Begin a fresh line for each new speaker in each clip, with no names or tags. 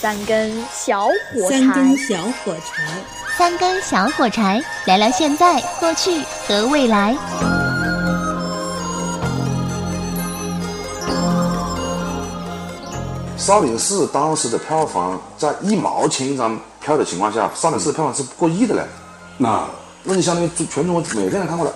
三根小火柴，
三根小火柴，
三根小火柴，聊聊现在、过去和未来。
少林寺当时的票房在一毛钱一张票的情况下，少林寺的票房是过亿的嘞。
那
那就相当于全中国每个人看过了。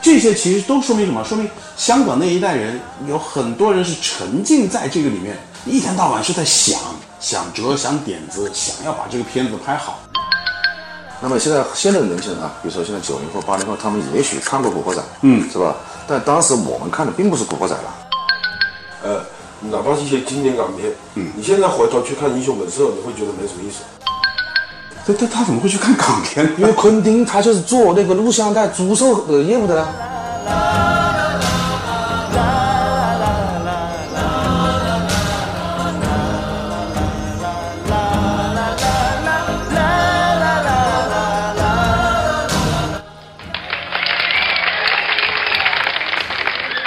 这些其实都说明什么？说明香港那一代人有很多人是沉浸在这个里面，一天到晚是在想想辙、想点子，想要把这个片子拍好。
那么现在现在的年轻人啊，比如说现在九零后、八零后，他们也许看过《古惑仔》，
嗯
是吧？但当时我们看的并不是《古惑仔》了。
呃，哪怕是一些经典港片，嗯，你现在回头去看《英雄本色》，你会觉得没什么意思。
他他他怎么会去看港片？
因为昆汀他就是做那个录像带租售的业务的啦。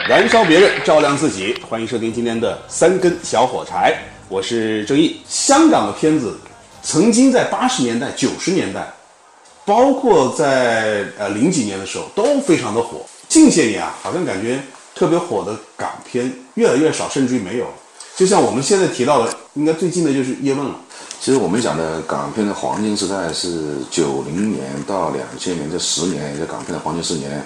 燃烧别人，照亮自己。欢迎收听今天的三根小火柴，我是郑毅。香港的片子曾经在八十年代、九十年代，包括在呃零几年的时候都非常的火。近些年啊，好像感觉特别火的港片越来越少，甚至于没有。就像我们现在提到的，应该最近的就是叶问了。
其实我们讲的港片的黄金时代是九零年到两千年这十年，这港片的黄金十年，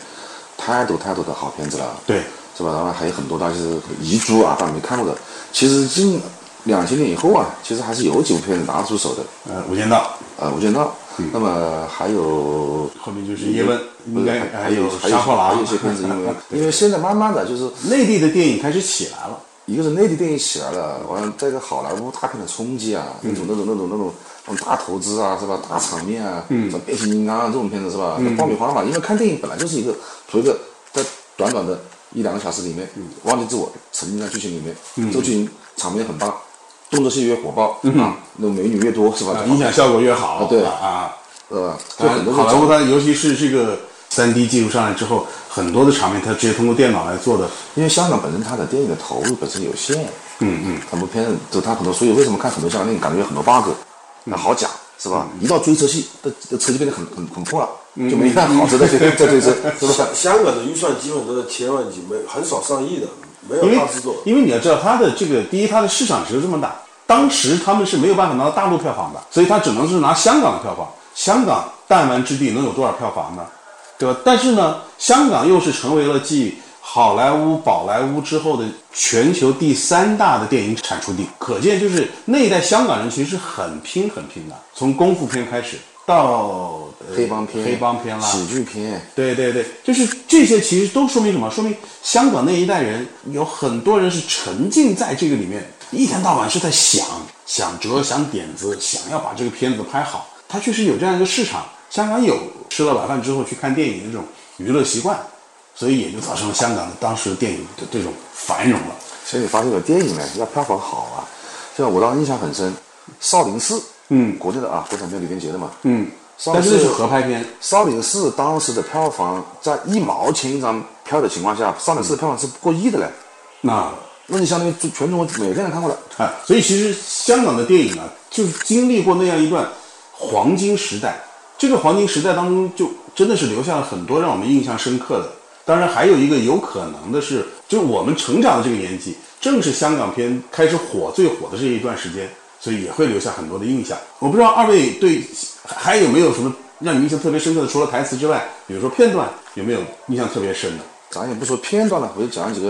太多太多的好片子了。
对，
是吧？然后还有很多那是遗珠啊，大家没看过的。其实近两千年以后啊，其实还是有几部片子拿得出手的。
呃，《无间道
呃，《无间道》，那么还有》
嗯
呃
后面就是叶问，应该
还
还
有
有
还有
杀破
还
狼
有一。些片子，因 为因为现在慢慢的就是
内地的电影开始起来了。
一个是内地电影起来了，完了再一个好莱坞大片的冲击啊，那种那种那种那种那种大投资啊，是吧？大场面啊，什么变形金刚啊这种片子是吧？爆米花嘛，因为看电影本来就是一个所谓的在短短的一两个小时里面，忘记自我，沉浸在剧情里面，这个剧情场面很棒，动作戏越火爆啊，那美女越多是吧
啊？音响效果越好，
啊对
啊，
呃，就很多
好莱
这
坞
种
它尤其是这个三 D 技术上来之后，很多的场面它直接通过电脑来做的。
因为香港本身它的电影的投入本身有限，嗯嗯，很多片子就它很多，所以为什么看很多香港电影感觉有很多
嗯
bug，那好假是吧？一到追车戏，这这车就变得很很很破了，
嗯
就没看好车在追在追车，是吧？
香港的预算基本都在千万级，没很少上亿的，没
因
有
为
大制作。
因为你要知道它的这个第一，它的市场值这么大，当时他们是没有办法拿到大陆票房的，所以它只能是拿香港的票房。香港弹丸之地能有多少票房呢？对吧？但是呢，香港又是成为了继好莱坞、宝莱坞之后的全球第三大的电影产出地，可见就是那一代香港人其实是很拼、很拼的。从功夫片开始到、呃
黑帮片、
黑帮片啦，
喜剧片，
对对对，就是这些，其实都说明什么？说明香港那一代人有很多人是沉浸在这个里面，一天到晚是在想想辙、想点子，想要把这个片子拍好。他确实有这样一个市场，香港有吃了晚饭之后去看电影的这种娱乐习惯，所以也就造成了香港的当时的电影的这种繁荣了。
所以你发现有电影呢要票房好啊，像我当时印象很深，《少林寺》，
嗯
国内的啊，国产片李连杰的嘛，
嗯，
少林
但
寺，
是那是合拍片，
少林寺当时的票房在一毛钱一张票的情况下，少林寺的
嗯
票房是过亿的嘞，
那
那就相当于全中国每个人看过了。
啊，所以其实香港的电影啊，就是经历过那样一段黄金时代。这个黄金时代当中，就真的是留下了很多让我们印象深刻的。当然，还有一个有可能的是，就是我们成长的这个年纪，正是香港片开始火最火的这一段时间，所以也会留下很多的印象。我不知道二位对还有没有什么让你印象特别深刻的，除了台词之外，比如说片段，有没有印象特别深的？
咱也不说片段了，我就讲几个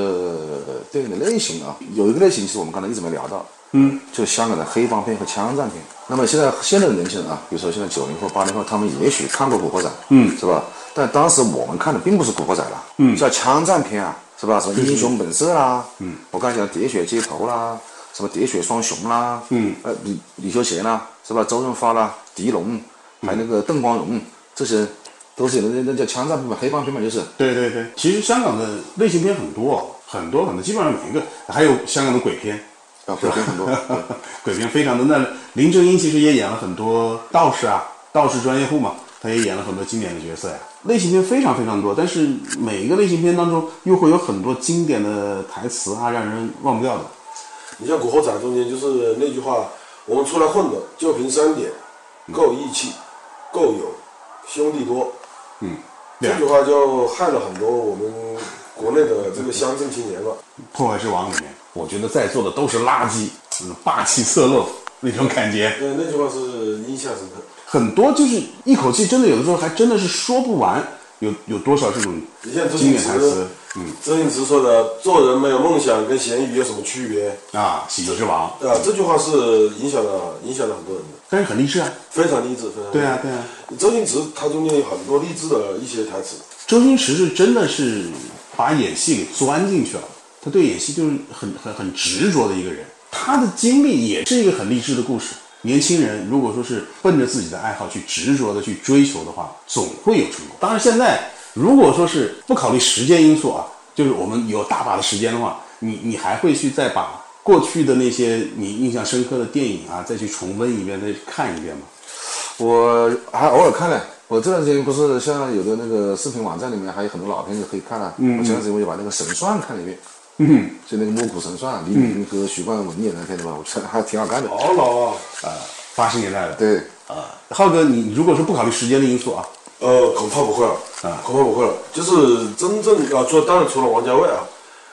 呃电影的类型啊。有一个类型其实我们刚才一直没聊到，嗯，就是香港的黑帮片和枪战片。那么现在现在的年轻人啊，比如说现在九零后、八零后，他们也许看过《古惑仔》，嗯，是吧？但当时我们看的并不是《古惑仔》了，嗯，叫枪战片啊，是吧？什么《英雄本色》啦，嗯，我刚才讲《喋血街头》啦，什么《喋血双雄》啦，嗯，呃，李李修贤啦，是吧？周润发啦，狄龙，还有那个邓光荣，这些都是有那那那叫枪战片嘛，黑帮片嘛，就是。
对对对，其实香港的类型片很多，很多很多，基本上每一个，还有香港的鬼片，
啊，鬼片很多，对
鬼片非常多。那林正英其实也演了很多道士啊，道士专业户嘛，他也演了很多经典的角色呀、类型片非常非常多，但是每一个类型片当中又会有很多经典的台词啊，让人忘不掉的。
你像《古惑仔》中间就是那句话：“我们出来混的就凭三点：够义气、
嗯
够友、兄弟多。
对
这
啊
句话就害了很多我们国内的这个乡镇青年了。
《破坏之王》里面，我觉得在座的都是垃圾，嗯霸气侧漏那种感觉。
对，那句话是印象深刻。
很多就是一口气，真的有的时候还真的是说不完，有有多少这种
你像周
经
星
典台词嗯
驰，周星驰说的“做人没有梦想跟咸鱼有什么区别
啊，《喜剧之王》，”，
啊，这句话是影响了影响了很多人的，
但是很励志啊。
非常励志，非常
对啊，对啊，
励志。周星驰他中间有很多励志的一些台词，
周星驰是真的是把演戏给钻进去了，他对演戏就是很很很执着的一个人。他的经历也是一个很励志的故事。年轻人如果说是奔着自己的爱好去执着的去追求的话，总会有成功。当然，现在如果说是不考虑时间因素啊，就是我们有大把的时间的话，你你还会去再把过去的那些你印象深刻的电影啊，再去重温一遍，再去看一遍吗？
我还偶尔看嘞。我这段时间不是像有的那个视频网站里面还有很多老片子可以看啊。
嗯
我前段时间我就把那个《神算》看了一遍。嗯，就那个《摸骨神算》，
嗯
黎明和徐冠文演的那片子吧，我觉得还挺好看的。
哦
好老啊！
八十年代的，
对，
啊，浩哥，你你如果说不考虑时间的因素啊，
呃，恐怕不会了，
啊
恐怕不会了。就是真正啊，除当然除了王家卫啊，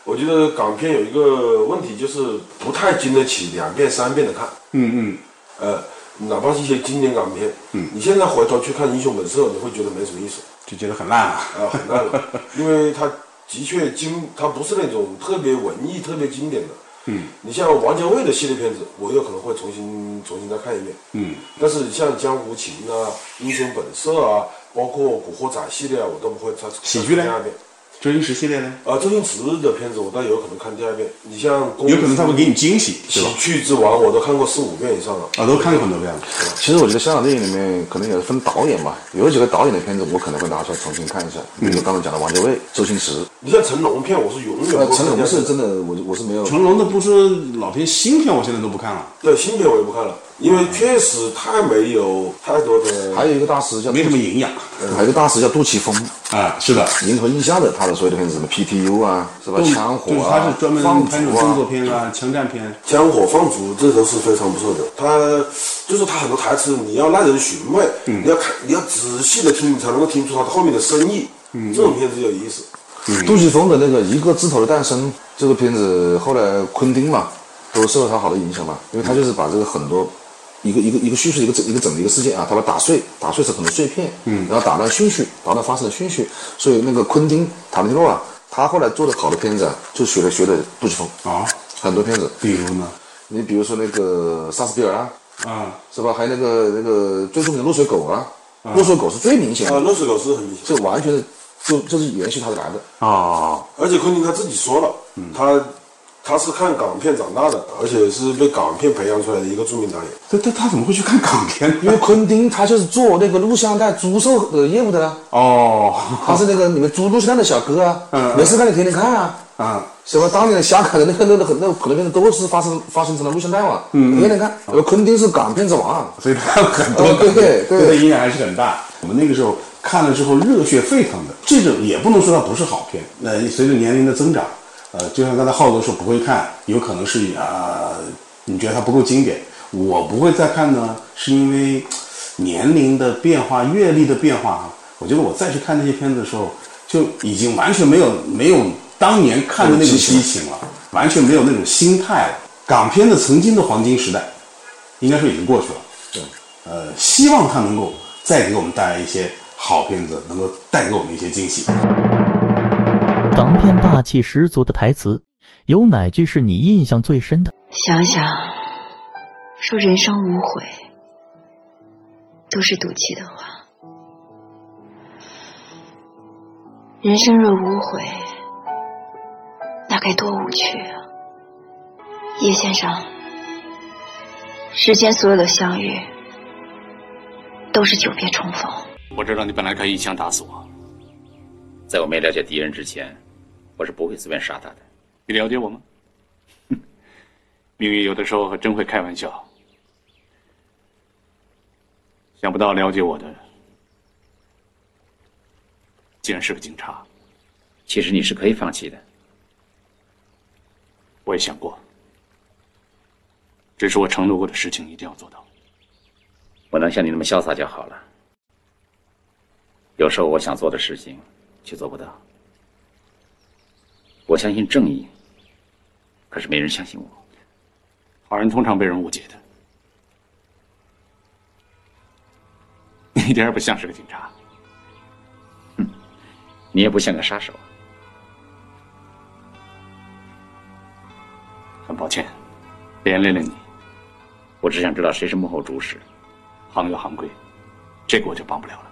我觉得港片有一个问题就是不太经得起两遍三遍的看。
嗯嗯。
呃，哪怕是一些经典港片，嗯，你现在回头去看《英雄本色》，你会觉得没什么意思
就觉得很烂了。
啊，很烂了， 因为它的确经，它不是那种特别文艺、特别经典的。嗯，你像王家卫的系列片子，我有可能会重新重新再看一遍。嗯，但是像《江湖情》啊，《英雄本色》啊，包括《古惑仔》系列啊，我都不会再
喜剧嘞
再看第二遍。
周星驰系列呢，
啊，周星驰的片子我倒有可能看第二遍。你像功夫
有可能他会给你惊喜，对吧
喜？剧之王，我都看过四五遍以上了。
啊，都看过很多遍了。
其实我觉得香港电影里面可能也是分导演吧，有几个导演的片子我可能会拿出来重新看一下，
嗯
比如刚才讲的王家卫、周星驰，
你像成龙片，我是永远不
呃
会，
成龙
看
是
的
真的，我我是没有。
成龙的不说老片新片，我现在都不看了，
对新片我也不看了，因为确实太没有太多的。
还有一个大师叫
没什么营养
呃还有一个大师叫杜琪峰，
啊。是的，
银河映像的他的所有的片子，什么 PTU 啊，是吧？
动
枪火
就是
啊，
他是专门
放
拍那
逐
种动作
啊，
片啊、枪战片。
枪火放逐，这都是非常不错的。他就是他很多台词，你要耐人寻味，你要看，你要仔细的听，你才能够听出他后面的深意。这种片子有意思。
杜琪峰的那个《一个枝头的诞生》这个片子，后来昆汀嘛，都受到他好的影响嘛，因为他就是把这个很多一个一个一个叙事一个整一个整的一个事件啊，他把它打碎，打碎成很多碎片，嗯，然后打乱顺序，打乱发生的顺序，所以那个昆汀塔伦蒂诺啊，他后来做的好的片子啊，就学了学的杜琪峰
啊，
很多片子，
比如呢？
你比如说那个莎士比尔啊，
啊，
是吧？还有那个那个最著名的落水狗啊，落水狗是最明显
啊，
的，
落水狗是很明显，
这完全是就就是延续他的来的。
哦，
而且昆汀他自己说了，他他是看港片长大的，而且是被港片培养出来的一个著名导演。
他他他怎么会去看港片呢？
因为昆汀他就是做那个录像带租售的业务的啊，
哦，
他是那个你们租录像带的小哥啊，没事干就天天看啊，
啊，
什么当年的香港的那个那个很那个可能片都是发生发生成了录像带嘛，天天看。然后昆汀是港片之王，
所以他有很多
啊对
港 片
对
他的影响还是很大。我们那个时候看了之后热血沸腾的，这种也不能说它不是好片。那、随着年龄的增长，呃，就像刚才浩哥说不会看，有可能是啊、你觉得它不够经典。我不会再看呢，是因为年龄的变化、阅历的变化啊。我觉得我再去看这些片子的时候，就已经完全没有没有当年看的那种激情了，完全没有那种心态了。港片的曾经的黄金时代，应该说已经过去了。
对，
呃，希望它能够再给我们带来一些好片子，能够带给我们一些惊喜。
港片霸气十足的台词，有哪句是你印象最深的？
想想，说人生无悔，都是赌气的话。人生若无悔，那该多无趣啊！叶先生，世间所有的相遇，都是久别重逢。
我知道你本来可以一枪打死我，
在我没了解敌人之前，我是不会随便杀他的。
你了解我吗？命运有的时候还真会开玩笑。想不到了解我的，竟然是个警察。
其实你是可以放弃的。
我也想过，这是我承诺过的事情，一定要做到。
我能像你那么潇洒就好了。有时候我想做的事情，却做不到。我相信正义，可是没人相信我。
好人通常被人误 解的，你一点也不像是个警察。
你也不像个杀手。啊
很抱歉，连累了你。
我只想知道谁是幕后主使。
行有行规，这个我就帮不了了。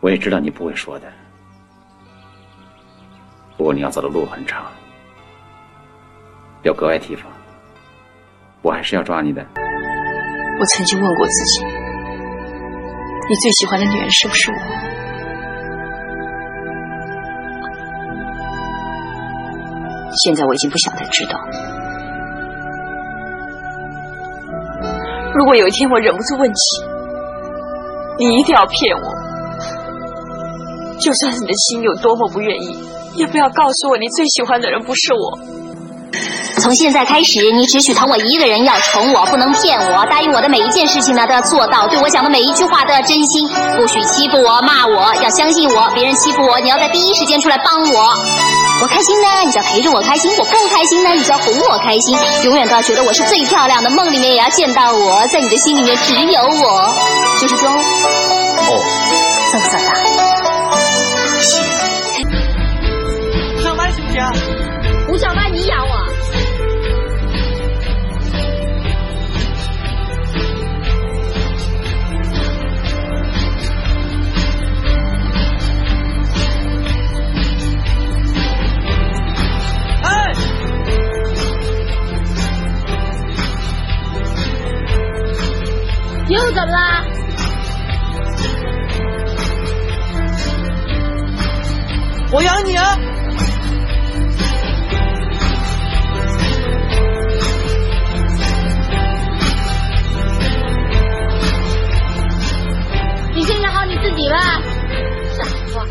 我也知道你不会说的，不过你要走的路很长，要格外提防。我还是要抓你的。
我曾经问过自己，你最喜欢的女人是不是我？现在我已经不想再知道。如果有一天我忍不住问起，你一定要骗我，就算你的心有多么不愿意，也不要告诉我你最喜欢的人不是我。
从现在开始，你只许疼我一个人，要宠我，不能骗我。答应我的每一件事情呢，都要做到；对我讲的每一句话都要真心，不许欺负我、骂我，要相信我。别人欺负我，你要在第一时间出来帮我。我开心呢，你就要陪着我开心；我不开心呢，你就要哄我开心。永远都要觉得我是最漂亮的，梦里面也要见到我，在你的心里面只有我。九时钟，哦，色不色的？行。
上班行不行？
不上班你养我。哎又怎么啦？
我养你啊！
你先养好你自己吧，傻瓜！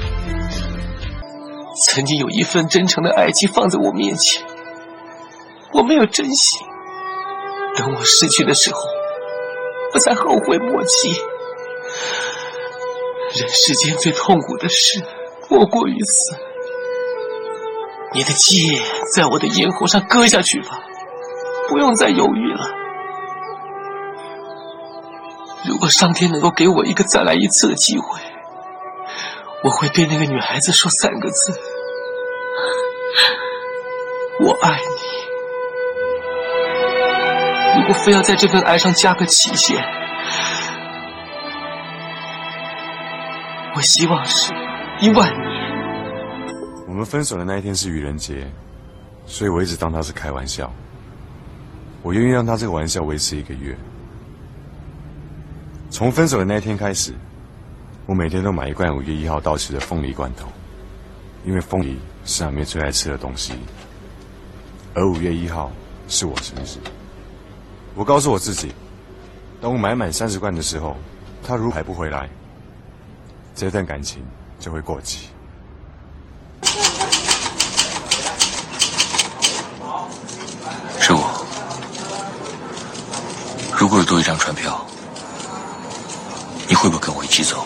曾经有一份真诚的爱情放在我面前，我没有珍惜。等我失去的时候。我才后悔莫及。人世间最痛苦的事，莫过于此。你的剑在我的咽喉上割下去吧，不用再犹豫了。如果上天能够给我一个再来一次的机会，我会对那个女孩子说三个字：我爱你。如果非要在这份爱上加个期限，我希望是一万年。
我们分手的那一天是愚人节，所以我一直当他是开玩笑。我愿意让他这个玩笑维持一个月。从分手的那一天开始，我每天都买一罐五月一号到期的凤梨罐头，因为凤梨是阿妹最爱吃的东西，而五月一号是我生日。我告诉我自己，当我买满三十罐的时候，他如还不回来，这段感情就会过期。
是我。如果有多一张船票，你会不会跟我一起走？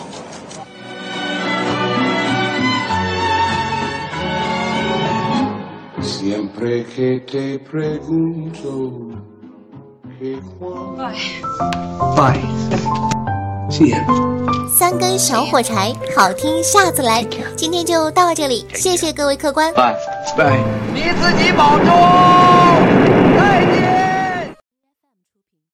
拜，谢谢。
三根小火柴，好听下次来。今天就到这里，谢谢各位客官。
拜拜，
你自己保重。